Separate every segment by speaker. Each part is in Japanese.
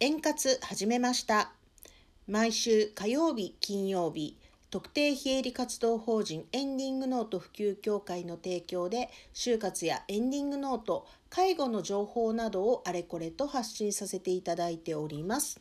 Speaker 1: 円滑始めました毎週火曜日金曜日特定非営利活動法人エンディングノート普及協会の提供で就活やエンディングノート介護の情報などをあれこれと発信させていただいております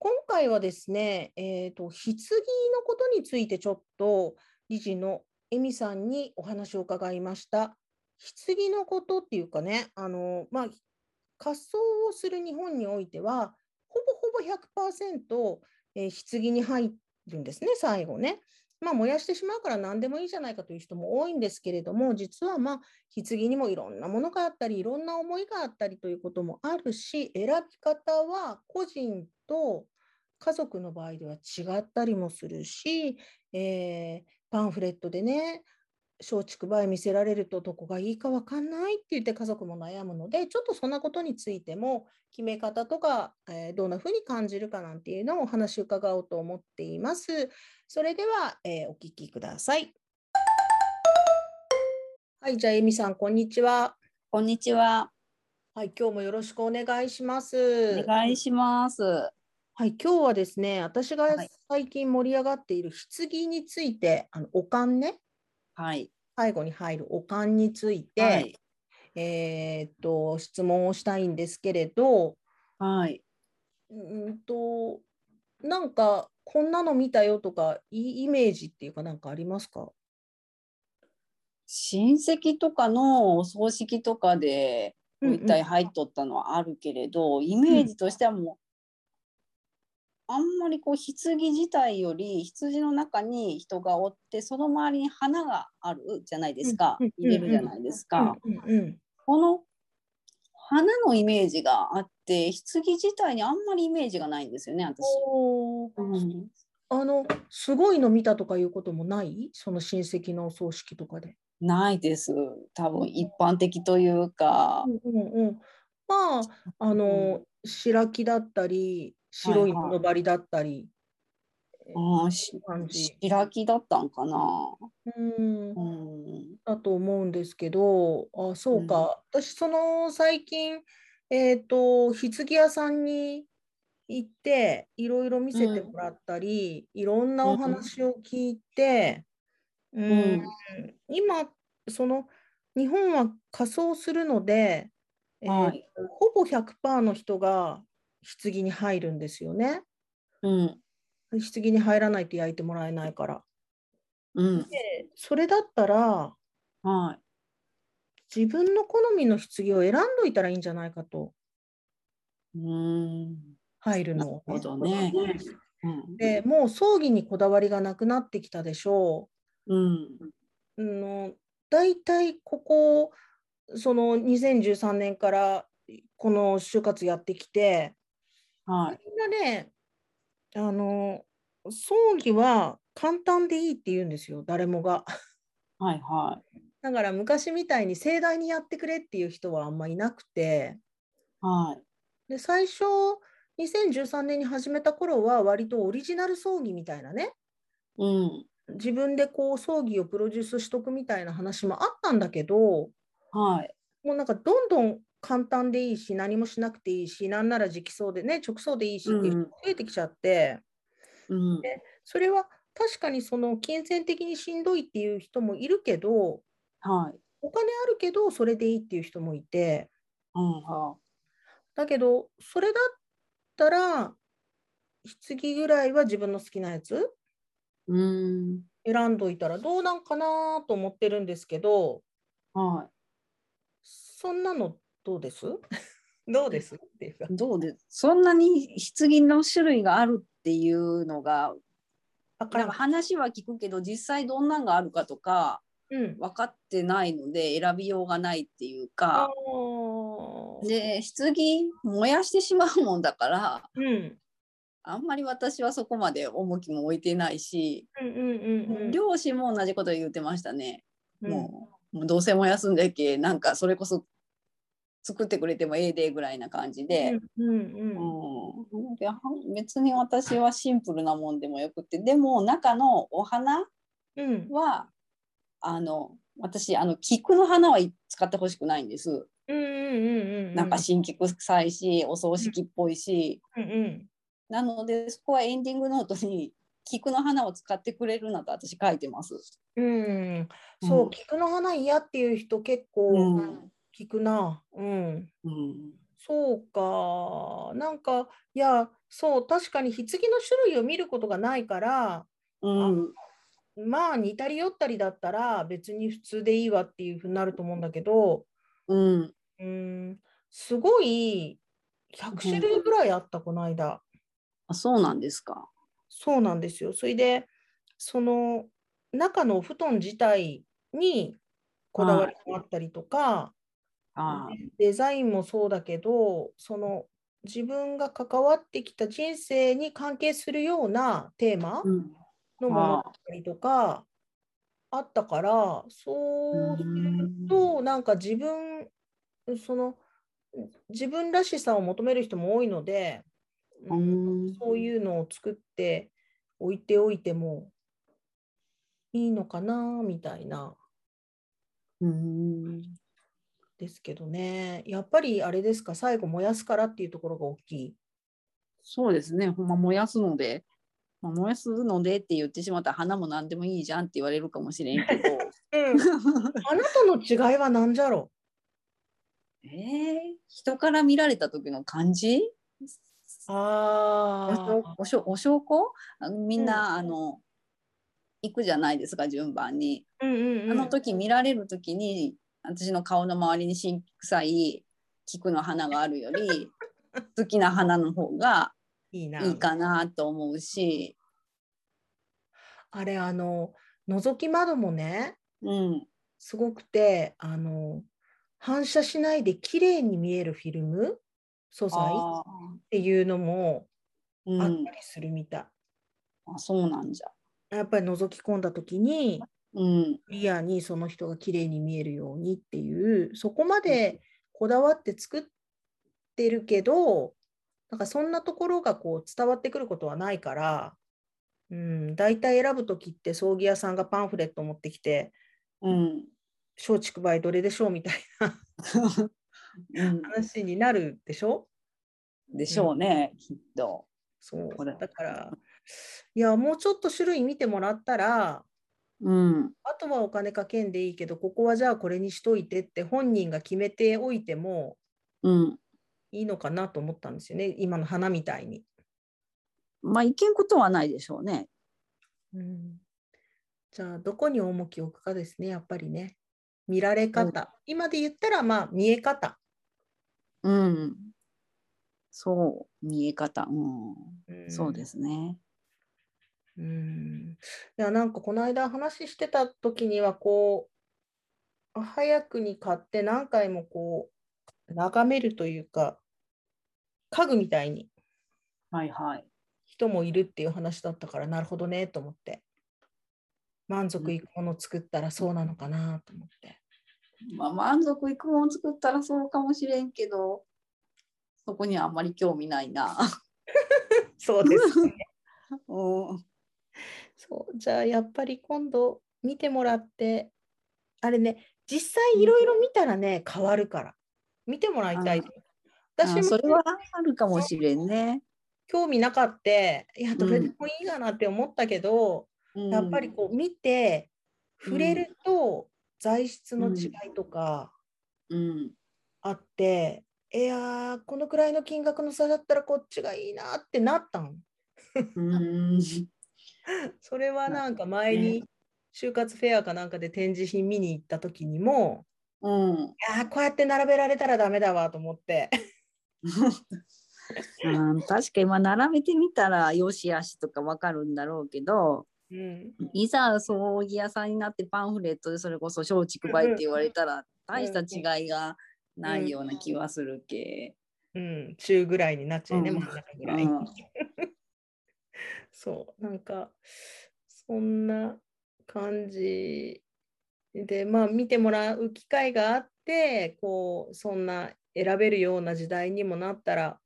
Speaker 1: 今回はですねえっ、と棺のことについてちょっと理事のエミさんにお話を伺いました棺のことっていうかねあのまあ滑走をする日本においてはほぼほぼ100%、えー、棺に入るんですね最後ね。まあ、燃やしてしまうから何でもいいじゃないかという人も多いんですけれども実はまあ棺にもいろんなものがあったりいろんな思いがあったりということもあるし選び方は個人と家族の場合では違ったりもするし、えー、パンフレットでね松竹梅見せられるとどこがいいか分かんないって言って家族も悩むのでちょっとそんなことについても決め方とか、えー、どんなふうに感じるかなんていうのをお話伺おうと思っています。それでは、えー、お聞きください。はいじゃあえみさんこんにちは。
Speaker 2: こんにちは。
Speaker 1: はい今日もよろしくお願いします。
Speaker 2: お願いします。
Speaker 1: はい、今日はですね、私が最近盛り上がっている棺について、はい、あのおかんね、
Speaker 2: はい、
Speaker 1: 最後に入るおかんについて、はい、えー、っと質問をしたいんですけれど、
Speaker 2: はい、
Speaker 1: うんとなんかこんなの見たよとかイメージっていうかなんかありますか
Speaker 2: 親戚とかのお葬式とかで一体入っとったのはあるけれど、うんうん、イメージとしてはもう、あんまりこう棺自体より羊の中に人がおってその周りに花があるじゃないですか入れるじゃないですか。この花のイメージがあって棺自体にあんまりイメージがないんですよね私。
Speaker 1: うん、あのすごいの見たとかいうこともないその親戚のお葬式とかで。
Speaker 2: ないです多分一般的というか。
Speaker 1: うんうんうん、まああの、うん、白木だったり白いものばりだったり。
Speaker 2: ああ、し、開きだったんかな。
Speaker 1: うん。うん、だと思うんですけど、あ、そうか。うん、私、その最近、えっ、ー、と、棺屋さんに行って、いろいろ見せてもらったり、うん、いろんなお話を聞いて、うん、今、その、日本は仮装するので、はい、えー、ほぼ100%の人が棺に入るんですよね。
Speaker 2: うん、
Speaker 1: 棺に入らないと焼いてもらえないから。
Speaker 2: うん、
Speaker 1: でそれだったら、
Speaker 2: はい、
Speaker 1: 自分の好みの棺を選んどいたらいいんじゃないかと。
Speaker 2: うん
Speaker 1: 入るの
Speaker 2: を、ね。ね
Speaker 1: うん、でもう葬儀にこだわりがなくなってきたでしょ
Speaker 2: う。うん、
Speaker 1: の大体ここその2013年からこの就活やってきて、
Speaker 2: はい、
Speaker 1: みんなねあの葬儀は簡単でいいって言うんですよ誰もが。
Speaker 2: はいはい、
Speaker 1: だから昔みたいに盛大にやってくれっていう人はあんまいなくて、
Speaker 2: はい、
Speaker 1: で最初2013年に始めた頃は割とオリジナル葬儀みたいなね、
Speaker 2: うん、
Speaker 1: 自分でこう葬儀をプロデュースしとくみたいな話もあったんだけど、
Speaker 2: はい、
Speaker 1: もうなんかどんどん簡単でいいし何もしなくていいし何なら直送でね直送でいいしっていう人が増えてきちゃって、
Speaker 2: うん、
Speaker 1: でそれは確かにその金銭的にしんどいっていう人もいるけど、
Speaker 2: はい、
Speaker 1: お金あるけどそれでいいっていう人もいて、
Speaker 2: うん、は
Speaker 1: だけどそれだったら棺ぐらいは自分の好きなやつ、
Speaker 2: うん、
Speaker 1: 選んどいたらどうなんかなと思ってるんですけど、
Speaker 2: はい、
Speaker 1: そんなのどうです どうですっていうか
Speaker 2: どうですそんなに棺の種類があるっていうのがなんか話は聞くけど実際どんなんがあるかとか、
Speaker 1: うん、
Speaker 2: 分かってないので選びようがないっていうかで棺燃やしてしまうもんだから、
Speaker 1: うん、
Speaker 2: あんまり私はそこまで重きも置いてないし、
Speaker 1: うんうんうんうん、
Speaker 2: 両親も同じこと言ってましたね。うん、もうどうせ燃やすんだけなんかそれこそ作ってくれてもええでぐらいな感じで、
Speaker 1: うんうん
Speaker 2: うん、別に私はシンプルなもんでもよくてでも中のお花は、うん、あの私あの菊の花は使ってほしくないんです。
Speaker 1: うんうんうんうん。
Speaker 2: なんか新規臭いしお葬式っぽいし、
Speaker 1: うんうん。
Speaker 2: なのでそこはエンディングノートに菊の花を使ってくれるなと私書いてます。
Speaker 1: うん、そうう、
Speaker 2: ん
Speaker 1: 菊の花嫌っていう人結
Speaker 2: う
Speaker 1: 構
Speaker 2: ん
Speaker 1: 聞くな。うん。
Speaker 2: うん
Speaker 1: そうか。なんか、いや、そう、確かに棺の種類を見ることがないから、
Speaker 2: うん
Speaker 1: まあ似たり寄ったりだったら別に普通でいいわっていうふうになると思うんだけど、
Speaker 2: うん、
Speaker 1: うん、すごい100種類ぐらいあった、この間。
Speaker 2: あそうなんですか。
Speaker 1: そうなんですよ。それで、その中のお布団自体にこだわりがあったりとか、
Speaker 2: あ
Speaker 1: デザインもそうだけど、その自分が関わってきた人生に関係するようなテーマ
Speaker 2: ー、うん、
Speaker 1: のものだったりとかあったから、そうするとなんか自分その自分らしさを求める人も多いので、
Speaker 2: うん
Speaker 1: そういうのを作って置いておいてもいいのかなみたいな
Speaker 2: うん
Speaker 1: ですけどねやっぱりあれですか最後燃やすからっていうところが大きい。
Speaker 2: そうですね、ほんま燃やすので、まあ、燃やすのでって言ってしまったら花も何でもいいじゃんって言われるかもしれんけ ど、
Speaker 1: あなたの違いは何じゃろ
Speaker 2: えー人から見られた時の感じ
Speaker 1: うあ
Speaker 2: おしょおしょお証拠あみんな、あの行くじゃないですか順番に。
Speaker 1: うんうん
Speaker 2: あの時見られる時に私の顔の周りに新臭い菊の花があるよ り好きな花の方が
Speaker 1: いいない
Speaker 2: いかなと思うし、
Speaker 1: あれあの覗き窓もね
Speaker 2: うん、
Speaker 1: すごくてあの反射しないで綺麗に見えるフィルム素材っ
Speaker 2: あー
Speaker 1: ていうのも
Speaker 2: う
Speaker 1: あった
Speaker 2: ん
Speaker 1: り、するみたい。
Speaker 2: あそうなんじゃ。
Speaker 1: やっぱり覗き込んだ時に
Speaker 2: うん、
Speaker 1: リアにその人が綺麗に見えるようにっていうそこまでこだわって作ってるけどなんかそんなところがこう伝わってくることはないから、うん、大体選ぶ時って葬儀屋さんがパンフレット持ってきて
Speaker 2: うん、
Speaker 1: 松竹梅どれでしょうみたいな
Speaker 2: うん、
Speaker 1: 話になるでしょ
Speaker 2: でしょうね、きっと。
Speaker 1: そう
Speaker 2: これ
Speaker 1: だからいやもうちょっと種類見てもらったら
Speaker 2: うん、
Speaker 1: あとはお金かけんでいいけどここはじゃあこれにしといてって本人が決めておいても
Speaker 2: うん、
Speaker 1: いいのかなと思ったんですよね今の花みたいに。
Speaker 2: まあ、いけんことはないでしょうね。
Speaker 1: うん、じゃあどこに重きを置くかですねやっぱりね。見られ方、今で言ったらまあ見え方、。
Speaker 2: うん。そう、見え方。うん。そうですすね。
Speaker 1: うん、いやなんかこの間話してた時にはこう早くに買って何回もこう眺めるというか家具みたいに
Speaker 2: はいはい。
Speaker 1: 人もいるっていう話だったからなるほどねと思って満足いくものを作ったらそうなのかなと思って、
Speaker 2: まあ、満足いくもん作ったらそうかもしれんけど、そこにはあんまり興味ないな。
Speaker 1: そうですね
Speaker 2: うん。
Speaker 1: そうじゃあやっぱり今度見てもらってあれね実
Speaker 2: う
Speaker 1: 際
Speaker 2: ん
Speaker 1: いろいろ見たらね変わるから見てもらいたい
Speaker 2: あ
Speaker 1: 私
Speaker 2: あ
Speaker 1: も
Speaker 2: それはあるかもしれんね。
Speaker 1: 興味なかっていや
Speaker 2: ん
Speaker 1: どれでもいいかなって思ったけど、やっぱりこう見て触れると材質の違いとか、
Speaker 2: うん、うん。
Speaker 1: あって、いやー、このくらいの金額の差だったらこっちがいいなってなったん。
Speaker 2: うん。
Speaker 1: それはなんか前
Speaker 2: ね
Speaker 1: に就活フェアかなんかで展示品見に行った時にも、
Speaker 2: うん。
Speaker 1: あーこうやって並べられたらダメだわと思って。
Speaker 2: うん、確かにまあ並べてみたらよしあしとかわかるんだろうけど
Speaker 1: うん、
Speaker 2: いざ葬儀屋さんになってパンフレットでそれこそ松竹梅って言われたら大した違いがないような気はするけ。
Speaker 1: うん、中ぐらいになっちゃうね、
Speaker 2: うん
Speaker 1: 真ん中ぐ
Speaker 2: う
Speaker 1: らい。
Speaker 2: ん
Speaker 1: そう、なんかそんな感じで、まあ見てもらう機会があって、こう、そんな選べるような時代にもなったら、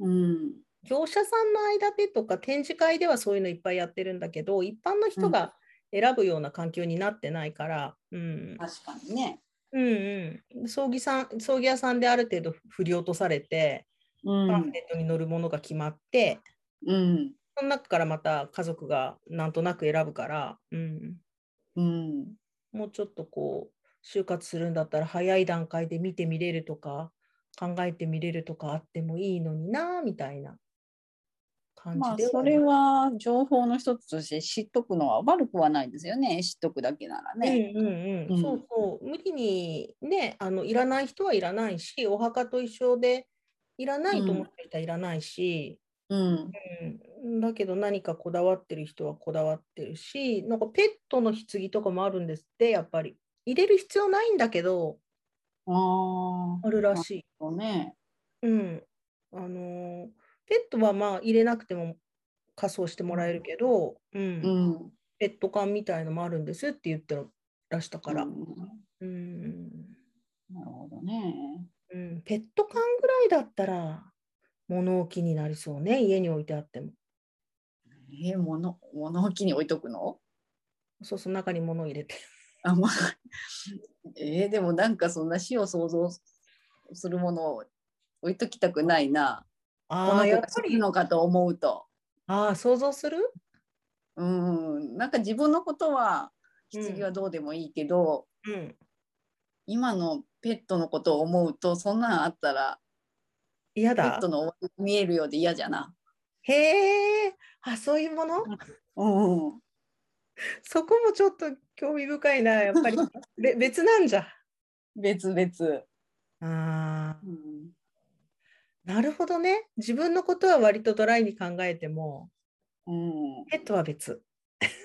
Speaker 2: うん
Speaker 1: 業者さんの間でとか展示会ではそういうのいっぱいやってるんだけど一般の
Speaker 2: う
Speaker 1: 人
Speaker 2: ん
Speaker 1: が選ぶような環境になってないから、うん
Speaker 2: 確かにね。
Speaker 1: うんうん、葬儀さん葬儀屋さんである程度振り落とされて、
Speaker 2: う
Speaker 1: パンフ
Speaker 2: ん
Speaker 1: レットに載るものが決まって、
Speaker 2: うん
Speaker 1: その中からまた家族がなんとなく選ぶから、うん、
Speaker 2: うん
Speaker 1: もうちょっとこう就活するんだったら早い段階で見てみれるとか考えてみれるとかあってもいいのになみたいな感
Speaker 2: まあ
Speaker 1: じでは
Speaker 2: それは情報の一つとして知っとくのは悪くはないですよね知っとくだけならね。
Speaker 1: うんうんう、
Speaker 2: うんん
Speaker 1: そうそう無理にねあのいらない人はいらないしお墓と一緒でいらないと思ってる人はいらないし、
Speaker 2: うん
Speaker 1: うん、だけど何かこだわってる人はこだわってるしなんかペットの棺とかもあるんですってやっぱり入れる必要ないんだけど
Speaker 2: あ
Speaker 1: あるらしい。
Speaker 2: あね。
Speaker 1: うん、あのーペットはまあ入れなくても仮装してもらえるけど、うん
Speaker 2: うん。
Speaker 1: ペット缶みたいのもあるんですって言ってらしたから、
Speaker 2: うん
Speaker 1: うん
Speaker 2: なるほどね。
Speaker 1: うん、ペット缶ぐらいだったら物置になりそうね家に置いてあっても
Speaker 2: えー、物物置に置いとくの？
Speaker 1: そうそう中に物を入れて
Speaker 2: あまあ、えー、でもなんかそんな死を想像するものを置いときたくないな。こ
Speaker 1: あ
Speaker 2: の
Speaker 1: あ
Speaker 2: 子
Speaker 1: やっ
Speaker 2: が
Speaker 1: ぱ
Speaker 2: 死ぬ
Speaker 1: り
Speaker 2: のかと思うと。
Speaker 1: ああ想像する
Speaker 2: うん、なんか自分のことは
Speaker 1: うん
Speaker 2: 棺はどうでもいいけど、
Speaker 1: うん
Speaker 2: 今のペットのことを思うとそんなんあったら
Speaker 1: 嫌
Speaker 2: ペッ
Speaker 1: だ
Speaker 2: トの終わりが見えるようで嫌じゃな。
Speaker 1: へえあそういうもの
Speaker 2: うん、
Speaker 1: そこもちょっと興味深いなやっぱり べ別なんじゃ
Speaker 2: 別々。
Speaker 1: ああ
Speaker 2: うん
Speaker 1: なるほどね。自分のことは割とドライに考えても、
Speaker 2: うん、
Speaker 1: ペットは別。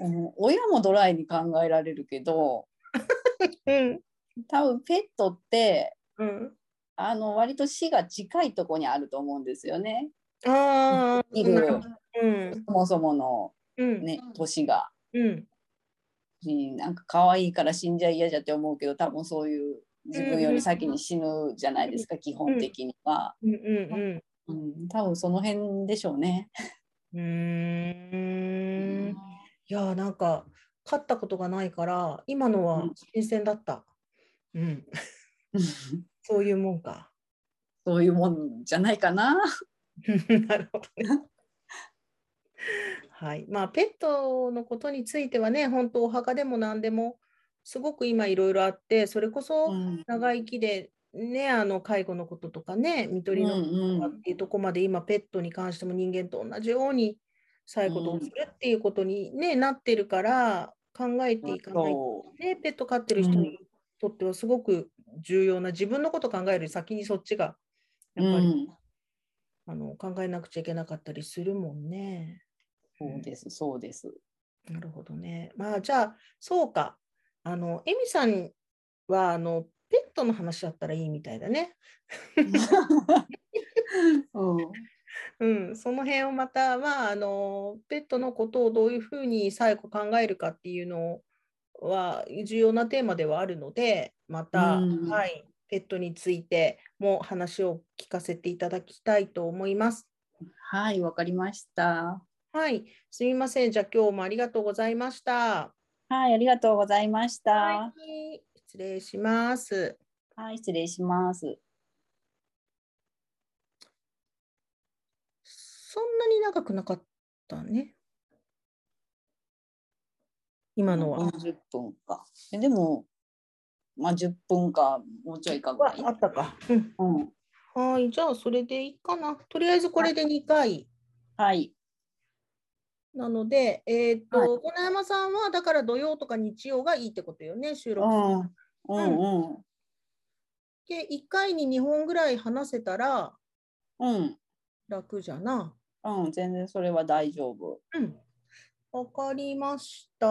Speaker 2: うん親もドライに考えられるけど
Speaker 1: うん。
Speaker 2: 多分ペットって
Speaker 1: うん。
Speaker 2: あの割と死が近いとこにあると思うんですよね
Speaker 1: ああ。
Speaker 2: いる
Speaker 1: なるほどうん。
Speaker 2: そもそもの、
Speaker 1: うん。
Speaker 2: ね、年が。
Speaker 1: うん。
Speaker 2: うんなんか可愛いから死んじゃ嫌じゃって思うけど多分そういう自分より先に死ぬじゃないですか、基本的には、
Speaker 1: うん。うん。
Speaker 2: うん、多分その辺でしょうね。
Speaker 1: うん。う
Speaker 2: う
Speaker 1: ーん。いやー、なんか、勝ったことがないから、今のは新鮮だった。うん。 そういうもんか。
Speaker 2: そういうもんじゃないかな。
Speaker 1: なるほどね。はい、まあペットのことについてはね本当お墓でも何でもすごく今いろいろあってそれこそ
Speaker 2: うん
Speaker 1: 長生きでねあの介護のこととかね看取りのこととかっていうとこまで今ペットに関しても人間と同じようにそういうことをするっていうことに、ねなってるから考えていかないと
Speaker 2: そ
Speaker 1: ねペット飼ってる人にとってはすごく重要な自分のこと考えるより先にそっちが
Speaker 2: う
Speaker 1: やっぱり、
Speaker 2: うん
Speaker 1: あの考えなくちゃいけなかったりするもんね。
Speaker 2: そうですそうです。
Speaker 1: なるほどね。まあじゃあそうか。あのエミさんはあのペットの話だったらいいみたいだね。
Speaker 2: うん
Speaker 1: うん、その辺をまた、まあ、あのペットのことをどういうふうに最後考えるかっていうのは重要なテーマではあるのでまた、
Speaker 2: うん
Speaker 1: はい、ペットについても話を聞かせていただきたいと思います。
Speaker 2: はいわかりました。
Speaker 1: はい、すみません。じゃあ今日もありがとうございました。
Speaker 2: はいありがとうございました。
Speaker 1: はい、失礼します。
Speaker 2: はい失礼します。
Speaker 1: そんなに長くなかったね。今のは。
Speaker 2: 40分か。えでもまあ10分かもうちょいかぐらい。
Speaker 1: あったか。うん、
Speaker 2: うん、
Speaker 1: はい、じゃあそれでいいかな。とりあえずこれで2回。
Speaker 2: はい。
Speaker 1: なので、えーっと、
Speaker 2: はい
Speaker 1: 小名山さんはだから土曜とか日曜がいいってことよね、収
Speaker 2: う
Speaker 1: 録。
Speaker 2: んうんうん
Speaker 1: で、1回に2本ぐらい話せたら
Speaker 2: うん
Speaker 1: 楽じゃな。
Speaker 2: うん全然それは大丈夫。
Speaker 1: うん。わかりました。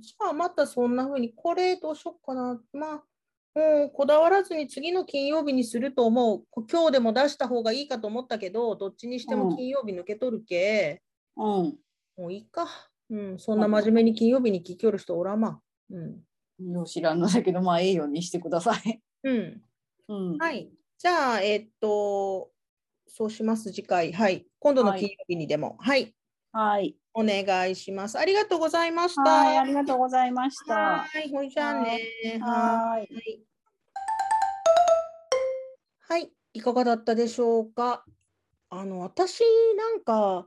Speaker 1: じゃあまたそんな風に、これどうしよっかな。まあ、もうこだわらずに次の金曜日にすると思う。こ今日でも出した方がいいかと思ったけど、どっちにして
Speaker 2: う
Speaker 1: も
Speaker 2: ん
Speaker 1: 金曜日抜け取るけ、
Speaker 2: うん
Speaker 1: もういいか。うん、そんな真面目に金曜日に聞きよる人おらんま。うん。
Speaker 2: よう知らんのだけどまあええようにしてください。
Speaker 1: うん。
Speaker 2: うん
Speaker 1: はい。じゃあ、えっと、そうします、次回。はい。今度の
Speaker 2: はい
Speaker 1: 金曜日にでも。はい。
Speaker 2: はい。
Speaker 1: お願いします。ありがとうございました。
Speaker 2: はいありがとうございました。
Speaker 1: はい、ほいじゃあね。
Speaker 2: はい。
Speaker 1: はい。はい、いかがだったでしょうか。あの私なんか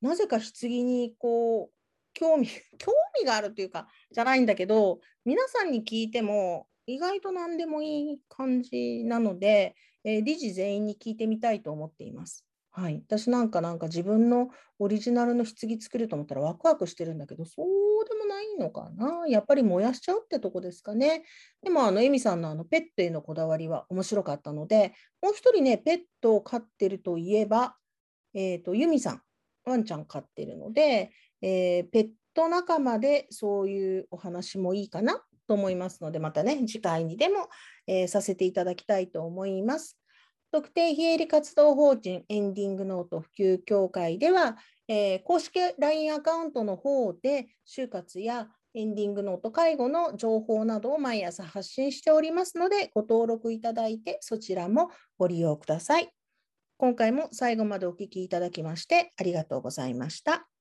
Speaker 1: なぜか棺にこう興味 興味があるというかじゃないんだけど、皆さんに聞いても意外と何でもいい感じなので、えー理事全員に聞いてみたいと思っています。はい、私なんかなんか自分のオリジナルの棺作ると思ったらワクワクしてるんだけどそうでもないのかなやっぱり燃やしちゃうってとこですかねでもあのエミさんのあのペットへのこだわりは面白かったのでもう一人ねペットを飼ってるといえばえっ、とユミさんワンちゃん飼ってるので、えーペット仲間でそういうお話もいいかなと思いますのでまたね次回にでも、えーさせていただきたいと思います。特定非営利活動法人エンディングノート普及協会では、えー公式 LINE アカウントの方で就活やエンディングノート介護の情報などを毎朝発信しておりますのでご登録いただいてそちらもご利用ください。今回も最後までお聞きいただきましてありがとうございました。